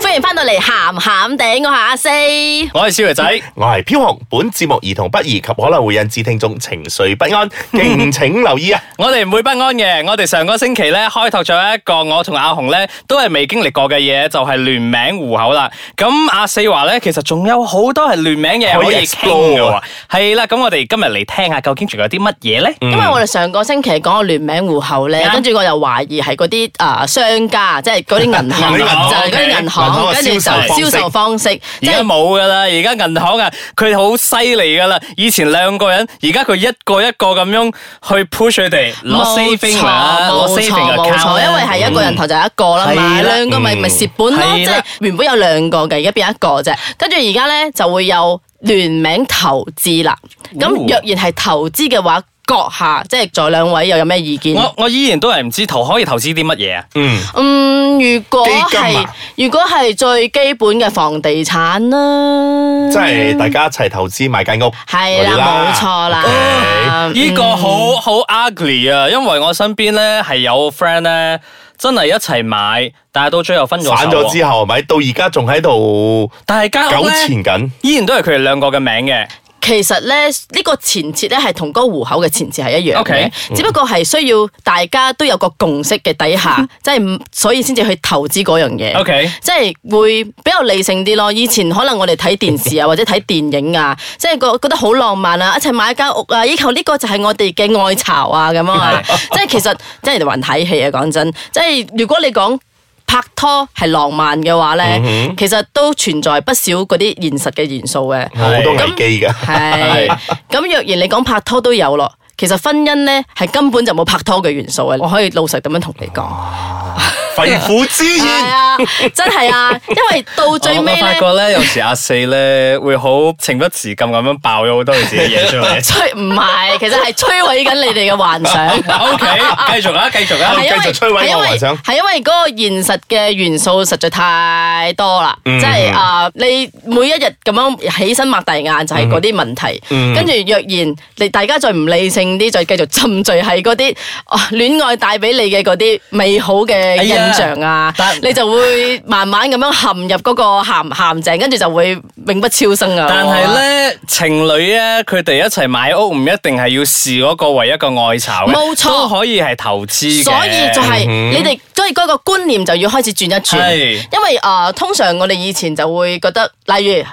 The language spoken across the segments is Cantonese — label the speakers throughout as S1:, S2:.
S1: 歡迎翻到嚟咸咸哋，我係阿四。
S2: 我係小 肥仔，
S3: 我係飄紅，本節目兒童不宜及可能會引致聽眾情緒不 安，敬請留意啊！
S2: 我哋唔會不安嘅。我哋上個星期咧開拓咗一個我同阿紅咧都係未經歷過嘅嘢，就係、聯名戶口啦。咁阿四話咧，其實仲有好多係聯名嘅嘢
S3: 可以
S2: 可以傾嘅
S3: explore
S2: 喎
S3: 啊。
S2: 係啦，咁我哋今日嚟聽下究竟仲有啲乜嘢咧？
S1: 因為我哋上個星期講個聯名戶口咧，
S2: 啊
S1: 跟住我又懷疑係嗰啲啊商家，即係嗰啲銀行，啊
S2: 銀
S1: 就
S2: 行啊
S1: 係嗰啲銀
S3: 銀行
S1: 行，
S3: 嘅
S1: 跟住就
S3: 銷售方式
S1: 銷售方式，
S2: 而
S1: 即
S2: 家
S1: 係
S2: 冇噶啦，而家銀行啊，佢好犀利噶啦。以前兩個人，而家佢一個一個咁樣去 push 佢哋攞 saving 啊，
S1: 冇
S2: 攞
S1: 錯
S2: saving
S1: 冇
S2: account
S1: 錯，
S2: 啊
S1: 因為係一個人頭就係一個啦
S2: 嗯
S1: 嘛，
S2: 係啦
S1: 兩個咪咪蝕本咯，
S2: 係
S1: 即
S2: 啦
S1: 係原本有兩個嘅，而家變一個啫。跟住而家咧就會有聯名投資啦。咁
S2: 哦
S1: 若然係投資嘅話，閣下即係在兩位又有咩意見？
S2: 我我依然都係唔知投可以投資啲乜嘢啊？
S3: 嗯，
S1: 嗯，如果
S3: 基金
S1: 係
S3: 啊
S1: 如果係最基本嘅房地產啦，
S3: 嗯即係大家一齊投資買間屋，
S1: 係
S3: 嗰啲
S1: 啦，冇嗯錯啦，
S2: 呢個好好 ugly 啊，因為我身邊咧係有 friend 咧，真係一齊買，但係到最後
S1: 嗯
S2: 分咗手
S3: 散咗
S2: 喎。
S3: 之後，係咪到而家仲喺度
S2: 但係
S1: 啊
S2: 間屋
S3: 糾
S2: 咧
S3: 纏緊？
S2: 依然都係佢哋兩個嘅名嘅，
S1: 其實咧，呢個前設咧係同嗰個户口嘅前設係一樣嘅
S2: OK
S3: 嗯
S1: 只不過係需要大家都有個共識嘅底下，即係唔所以先至去投資嗰樣嘢。
S2: 嗯 OK
S1: 即係會比較理性啲咯。以前可能我哋睇電視啊，或者睇電影啊， 即係覺覺得好浪漫啊，一齊買一間屋啊，以後呢個就係我哋嘅愛巢啊咁樣 啊。即係其實即係人哋還睇戲啊，講真，即係如果你講。拍拖係浪漫嘅話
S2: 嗯
S1: 咧，其實都存在不少嗰啲現實嘅元素嘅。
S3: 好多危機㗎。
S1: 係，咁若然你講拍拖都有咯，其實婚姻咧係根本就冇拍拖嘅元素嘅，我可以老實咁樣同你講。
S2: 哦
S3: 肺腑之
S1: 係
S3: 言，
S1: 啊，真係啊，因為到最
S2: 我
S1: 尾
S2: 我發
S1: 咧，
S2: 覺咧，有時阿四咧會好情不自禁咁樣爆咗好多佢自己嘢出 嚟。
S1: 摧唔係，其實係摧毀緊你哋嘅 幻想。
S2: O K，繼續啊，繼續啊
S1: 係。因為
S3: 繼續摧毀我
S1: 係因為
S3: 幻想
S1: 係因為嗰個現實嘅元素實在太多啦，
S3: 嗯
S1: 即係啊，你每一日咁樣起身擘大眼就係嗰啲問題，
S3: 嗯
S1: 跟住若然你大家再唔理性啲，再繼續沉醉喺嗰啲啊戀愛帶俾你嘅嗰啲美好嘅印象啊
S2: 哎呀，但
S1: 你就會慢慢咁樣陷入嗰個陷陷阱，跟住就會永不超生啊！
S2: 但係咧，情侶咧，佢哋一齊買屋唔一定係要視嗰個為一個愛巢嘅，
S1: 冇錯
S2: 都可以係投資嘅。
S1: 所以就係你哋都係嗰個觀念就要開始轉一轉，
S2: 係
S1: 因為啊、呃通常我哋以前就會覺得，例如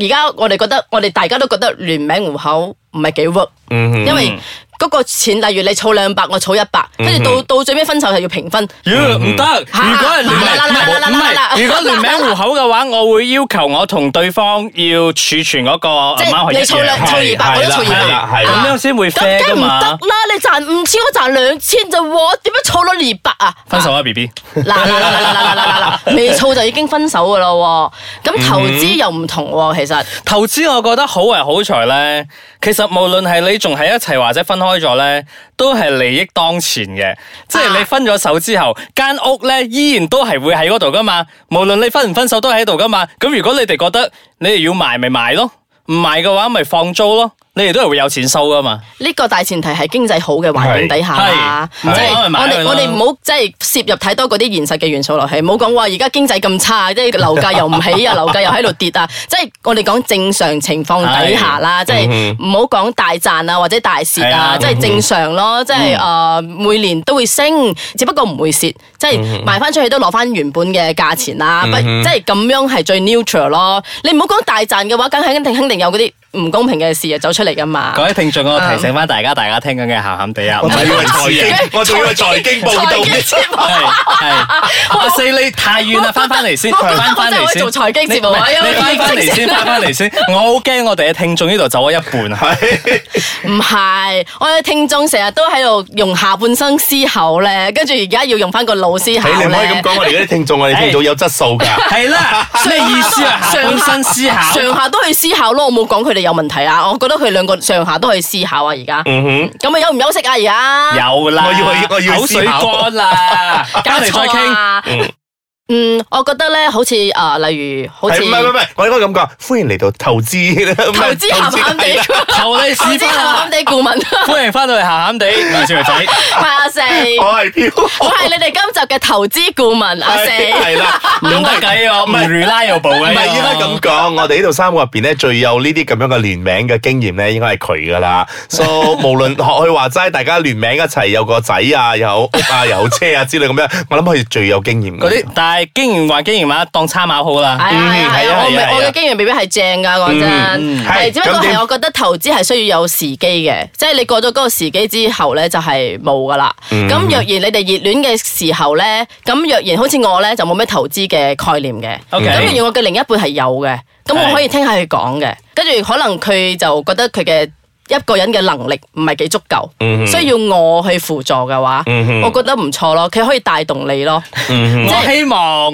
S1: 而家我哋覺得，我哋大家都覺得聯名户口唔係幾 work，、因為嗰個錢，例如你儲兩百，我儲一百，跟住到到最尾分手係要平分，
S2: 呀唔得！如果係聯名，
S1: 嗱嗱嗱嗱嗱嗱
S2: 唔係，如果聯名户口嘅話，我會要求我同對方要儲存嗰個
S1: 即
S2: amount
S1: 係
S2: 係
S1: 你
S2: 一
S1: 儲兩
S2: 樣，
S1: 儲二百，我都儲
S3: 係
S1: 二
S3: 啦
S1: 百。
S3: 係啦
S2: 咁樣先會
S1: 咁
S2: fair
S1: 梗係
S2: 噶
S1: 唔
S2: 嘛
S1: 得。啦！你賺五千，我賺兩千咋喎？點樣儲到二百啊？
S2: 分手啊，B B。
S1: 嗱嗱嗱嗱嗱嗱嗱嗱嗱，未儲就已經分手噶啦喎，咁投資又唔同喎，其實
S2: 投資我覺得好係好在咧，其實無論係你仲喺一齊或者分開咗咧，都係利益當前嘅。即係你分咗手之後，間屋咧依然都係會喺嗰度噶嘛。無論你分唔分手都喺度噶嘛。咁如果你哋覺得你哋要賣咪賣咯，唔賣嘅話咪放租咯。你哋都係會有錢收噶嘛。
S1: 呢個大前提係經濟好嘅環境底下啦，即
S2: 係
S1: 係
S2: 係唔好攞嚟買
S1: 我
S2: 佢
S1: 哋
S2: 啦
S1: 我哋唔好即係涉入太多嗰啲現實嘅元素落去，唔好講話而家經濟咁差，即係樓價又唔起啊，樓價又喺度跌啊， 即係我哋講正常情況底下啦，即係唔好講大賺啊或者大蝕啊，
S2: 嗯
S1: 即
S2: 係啊嗯
S1: 係正常咯，即係誒每年都會升，只不過唔會蝕，即
S2: 嗯
S1: 係賣翻出去都攞翻原本嘅價錢啦，不即係咁樣係最 neutral 咯。你唔好講大賺嘅話，梗係肯定肯定有嗰啲唔公平嘅事啊走出嚟噶嘛
S2: 各。位聽眾，我提醒翻大家，大家聽緊嘅鹹鹹地啊，
S3: 我仲以為財
S2: 係
S3: 經，我仲以為財經報道
S1: 財經節目
S2: 係阿四你太遠啦，翻翻嚟先，
S1: 我覺得
S2: 翻翻
S1: 我真係
S2: 嚟
S1: 會
S2: 先。
S1: 做財經節目啊
S2: 你
S1: 因為
S2: 你翻翻嚟
S1: 疫情
S2: 先，翻翻嚟先。我好驚我哋嘅聽眾呢度走咗一半啊！
S1: 唔係，我哋聽眾成日都喺度用下半生思考咧，跟住而家要用翻個腦思考
S3: 你你唔可以咁
S1: 咧。
S3: 講，我哋嗰啲聽眾，我哋聽眾有質素㗎。
S2: 係啦，咩意思啊？下半身思考。
S1: 上下都去思考咯，我冇講佢哋有問題啊，我覺得佢兩個上下都去思考啊，而
S3: 嗯
S1: 家。咁啊，休唔休息啊？而家
S2: 有啦，
S3: 我要去我要去
S2: 口水
S3: 思考
S2: 乾啦，
S1: 搞
S2: 翻嚟再
S1: 錯
S2: 傾。
S1: 啊！嗯，我覺得咧，好似啊、例如好似
S3: 係唔係唔係唔係，我應該咁講，歡迎嚟到投 資
S1: 投資鹹鹹地，
S2: 求你
S1: 投資
S2: 屎忽
S1: 鹹鹹
S2: 啊！
S1: 地顧問， 唔
S2: 歡迎翻到嚟鹹鹹地，我係小肥仔。
S1: 係阿四，
S3: 我係 飄，
S1: 我係你哋今集嘅投資顧問阿四。
S3: 係啦，
S2: 唔得計啊，唔 reliable
S3: 唔
S2: 嘅。
S3: 係應該咁講，我哋呢度三個入邊咧，最有呢啲咁樣嘅聯名嘅經驗咧，應該係佢噶啦。 所以無論學佢話齋，大家聯名一齊有個仔啊，有屋啊，有車啊之類咁樣，我諗佢最有經驗嘅。
S2: 嗰啲，但係經驗還經驗話，當參考好啦。
S1: 係啊
S3: 嗯
S1: 係
S3: 係啊
S1: 啊，我
S3: 係啊
S1: 咪我
S3: 係啊
S1: 嘅經驗未必係正噶，講
S3: 嗯嗯
S1: 真，
S3: 係
S1: 係只不過
S3: 咁點
S1: 係我覺得投資係需要有時機嘅，即係你過咗嗰個時機之後咧就係冇噶啦。
S3: 嗯
S1: 咁若然你哋熱戀嘅時候咧，咁若然好似我咧就冇咩投資嘅概念嘅，
S2: OK
S1: 咁若然我嘅另一半係有嘅，咁
S2: 係
S1: 我可以聽下佢講嘅，跟住可能佢就覺得佢嘅。一個人嘅能力唔係幾足夠，
S3: 嗯
S1: 需要我去輔助嘅話，我覺得唔錯咯，佢可以帶動你咯。
S3: 嗯
S2: 我希望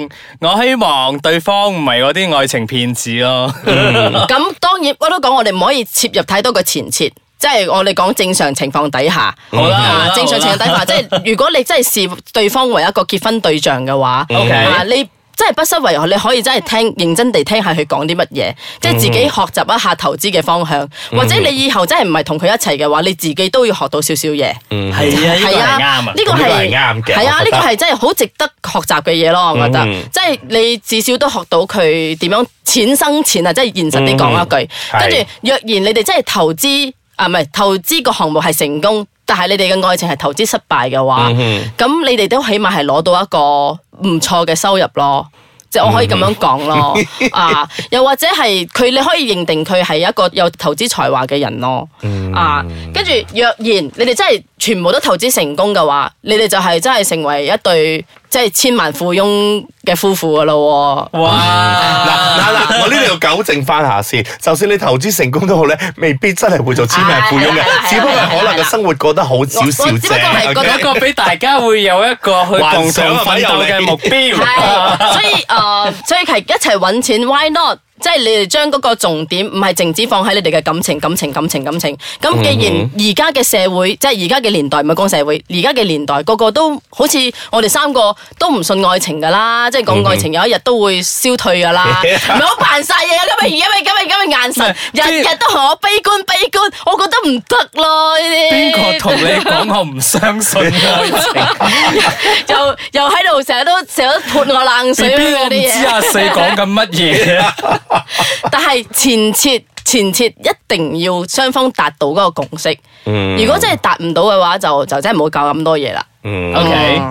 S2: 我希望對方唔係嗰啲愛情騙子咯。
S1: 咁當然，我都講我哋唔可以切入太多嘅前設。即係我哋講正常情況底下，
S2: 好啦好啦
S1: 啊正常情況底下，即係如果你真係視對方為一個結婚對象嘅話
S2: OK
S1: 啊你真係不失為何，你可以真係聽認真地聽下佢講啲乜嘢，即係
S2: 嗯
S1: 自己學習一下投資嘅方向，或者你以後真係唔係同佢一齊嘅話，你自己都要學到少少嘢。
S2: 係啊，呢個係啱啊。
S1: 呢個
S3: 呢個係
S1: 係
S3: 啱嘅
S1: 係啊，
S3: 我覺
S1: 呢
S3: 得
S1: 個係真係好值得學習嘅嘢咯，我覺得
S3: 嗯，
S1: 即係你至少都學到佢點樣錢生錢啊，即係現實啲講一句。
S3: 嗯
S1: 跟住
S3: 係
S1: 若然你哋真係投資啊，唔係投資個項目係成功，但係你哋嘅愛情係投資失敗嘅
S3: 嗯
S1: 話，咁你哋都起碼係攞到一個唔錯嘅收入咯。即係我可以咁樣講咯，啊，又或者係佢你可以認定佢係一個有投資才華嘅人咯，啊，跟住若然你哋真係全部都投資成功嘅話，你哋就係真係成為一對即係千萬富翁嘅夫婦噶咯喎。
S3: 嗱
S2: 哇！
S3: 嗱 嗱，我呢度要糾正翻下先。就算你投資成功都好咧，未必真係會做千萬富翁嘅
S1: 啊係係，係啊
S3: 只不過係可能個生活過得好少少
S1: 我我
S3: 啫。
S1: 只不過係覺得
S3: OK？
S2: 一個俾大家會有一個去
S3: 幻
S2: 共同
S3: 想啊
S2: 奮鬥嘅目標。
S1: 係，所以誒、呃所以係一齊揾錢，why not？即係你哋將嗰個重點唔係淨止放喺你哋嘅感情、感情、感情、感情。咁既然而家嘅社會，即係而家嘅年代，唔係講社會，而家嘅年代個個都好似我哋三個都唔信愛情㗎啦，即係講愛情有一日都會消退 㗎啦。唔好扮晒嘢，因為因為因為因為眼神，
S2: 唔係
S1: 日日都同我悲觀悲觀，我覺得唔得咯呢啲。
S2: 邊個同 你講我唔相信愛
S3: 啊
S2: 情？
S1: 又又喺度成日都成日都潑我冷
S2: B
S1: 水
S2: B，
S1: 嗰
S2: 我
S1: 啲
S2: 唔知
S1: 嘢。
S2: 阿四講緊乜 嘢啊？
S1: 但係前設前設一定要雙方達到嗰個共識。如果真係達唔到嘅話，就就真係唔好搞咁多嘢啦。
S3: 嗯
S2: OK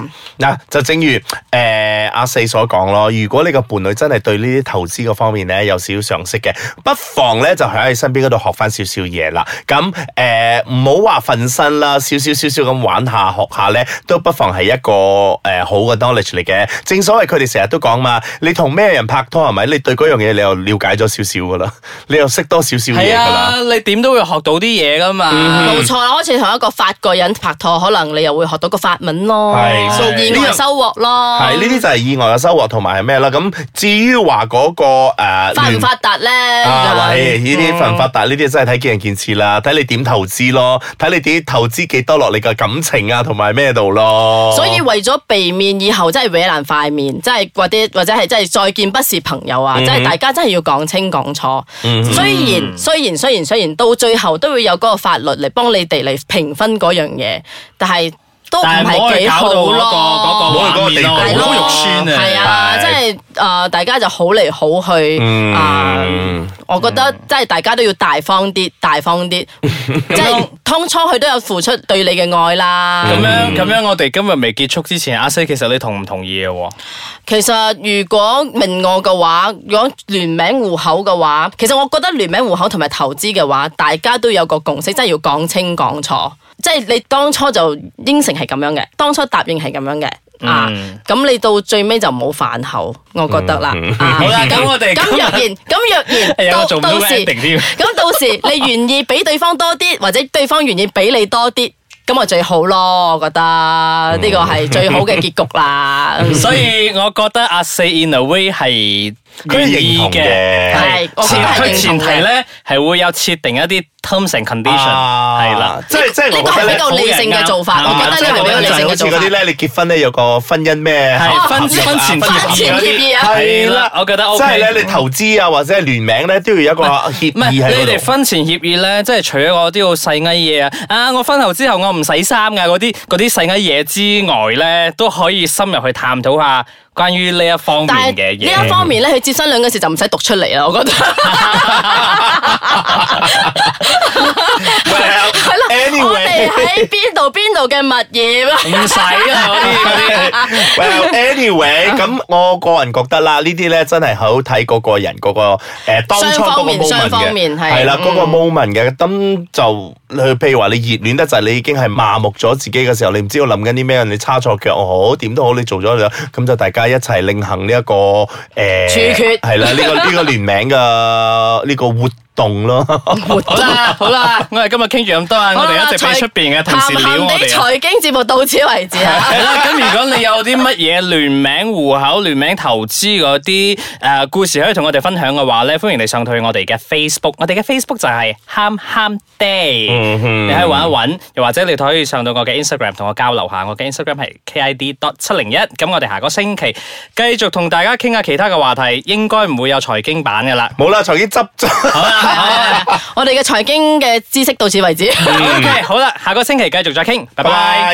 S3: 嗱，就正如誒呃阿四所講咯，如果你個伴侶真係對呢啲投資嗰方面咧有少少常識嘅，不妨咧就喺你身邊嗰度學翻少少嘢啦。咁誒唔好話瞓身啦，少少少少咁玩下學下咧，都不妨係一個誒、呃好嘅 knowledge 嚟嘅。正所謂佢哋成日都講嘛，你同咩人拍拖係咪？你對嗰樣嘢你又了解咗少少噶啦， 你又識多少少嘢
S2: 係
S3: 噶啦嗯
S2: 啊。，你點都會學到啲嘢噶嘛。
S1: 冇錯啦，好似同一個法國人拍拖，可能你又會學到個法文咯，
S3: 係
S2: 所以
S1: 意外收穫咯。
S3: 係呢啲就係意外嘅收穫同埋係咩啦？咁至於話嗰、個誒
S1: 發唔
S3: 聯
S1: 發達咧？
S3: 啊，
S1: 又
S3: 話
S1: 係
S3: 呢啲發唔發達呢啲真係睇見仁見智啦，睇你點投資咯，睇你點投資幾多落你嘅感情啊，同埋咩度咯。
S2: 哦
S3: 啊
S1: 所以為咗避免以後真係搲爛塊面，即係或者或者係真係再見不是朋友啊！
S2: 嗯
S1: 即係大家真係要講清講楚。雖然雖然雖然雖然到最後都會有嗰個法律嚟幫你哋嚟評分嗰樣嘢，但係都唔
S2: 但係唔好
S1: 係
S2: 去
S1: 幾
S2: 搞
S1: 好
S2: 到嗰個嗰個
S3: 唔
S1: 咯。
S3: 好去嗰個
S2: 畫面咯，
S3: 地
S1: 係
S3: 步
S2: 好
S1: 咯
S2: 肉酸啊！
S1: 係啊，
S3: 係
S1: 即係誒，大家就好嚟好去
S3: 嗯
S1: 啊！我覺
S2: 嗯
S1: 得即係大家都要大方啲，大方 啲，即係當初佢都有付出對你嘅愛
S3: 嗯
S1: 啦。
S2: 咁樣咁樣，我哋今日未結束之前，阿 C 其實你同唔同意嘅喎？
S1: 其實如果明我嘅話，如果聯名户口嘅話，其實我覺得聯名户口同埋投資嘅話，大家都有個共識，真係要講清講楚。即係你當初就應承係咁樣嘅，當初答應係咁樣嘅。
S2: 嗯
S1: 啊，咁你到最尾就唔好飯後，我覺得啦。啊
S2: 嗯好啦咁我哋
S1: 咁
S2: 今
S1: 若
S2: 日
S1: 然， 咁
S2: 係啊我
S1: 若
S2: 做
S1: 然到
S2: 唔到
S1: 到時，
S2: ending 添
S1: 咁到時你願意俾對方多啲，或者對方願意俾你多啲，咁咪最好咯。我覺得呢個係最好嘅結局 啦。
S2: 所以我覺得阿四 in a way 係
S3: 佢係認同嘅
S2: 願
S1: 係
S2: 意
S1: 我覺
S2: 前
S1: 得係
S2: 佢
S1: 認同
S2: 前提
S1: 嘅
S2: 咧係會有設定一啲 terms and condition，
S3: 啊
S2: 係啦。
S3: 即係即係
S1: 呢
S3: 我
S1: 個
S3: 覺得
S1: 係
S3: 咧
S1: 比較理性嘅做法，
S2: 好
S1: 我覺
S2: 人啊
S1: 得呢個比較理性嘅
S3: 就好似
S1: 做
S3: 嗰啲
S1: 法。
S3: 咧，你結婚咧有個婚姻咩？
S2: 係
S3: 合
S2: 婚
S3: 約啊
S2: 婚前
S3: 婚
S1: 婚前
S2: 協
S1: 協議
S2: 議
S1: 啊
S2: 嗰啲
S3: 係
S2: 係
S3: 啦
S2: 啦，我覺得 O
S3: 即係
S2: K。
S3: 咧，你投資啊或者係聯名咧，都要有一個協
S2: 唔係
S3: 議喺
S2: 你
S3: 嗰
S2: 哋
S3: 度。
S2: 婚前協議咧，即係除咗我啲好細埃嘢啊，啊我婚後之後我唔洗衫噶嗰啲嗰啲細埃嘢之外咧，都可以深入去探討下關於呢一方面
S1: 但
S2: 嘅
S1: 係
S2: 嘢。
S1: 呢一方面咧，佢接新娘嗰時就唔使讀出嚟啦，我覺得。
S3: Well,
S1: 係啦，我哋
S3: anyway。
S1: 喺邊度邊度嘅物業啊？
S2: 唔使啦，嗰啲嗰啲。
S3: Well, anyway，咁 我個人覺得啦，呢啲咧真係好睇嗰個人嗰、個誒、呃、當初嗰個 moment
S1: 雙方
S3: 嘅，
S1: 面雙方面係
S3: 係啦
S1: 嗯
S3: 嗰個 moment 嘅，咁就呃你譬如話你熱戀得滯，你已經係麻木咗自己嘅時候，你唔知道諗緊啲咩，你叉錯腳又好，點都好，你做咗就咁就大家一齊另行呢、一個誒、呃、
S1: 處決
S3: 係啦，呢、個呢、個聯名嘅呢、個活動咯。
S2: 好啦 好啦，我哋今日傾住咁多啊，我哋一直俾出邊嘅同事
S1: 鹹
S2: 撩
S1: 鹹
S2: 我
S1: 地
S2: 哋啊。
S1: 財經節目到此為止啊！
S2: 係啦，咁如果你有啲乜嘢聯名户口、聯名投資嗰啲誒故事可以同我哋分享嘅話咧，歡迎你上去我哋嘅 Facebook，我哋嘅 Facebook 就係喊喊 day，你可以揾一揾，又或者你可以上到我嘅 Instagram 同我交流下，我嘅 Instagram 係 KID dot 七零一，咁我哋下個星期繼續同大家傾下其他嘅話題，應該唔會有財經版噶啦。
S3: 冇啦，財經執咗。
S1: 我哋嘅財經嘅知識到此為止。
S2: 嗯 OK，好啦，下個星期繼續再傾，拜拜。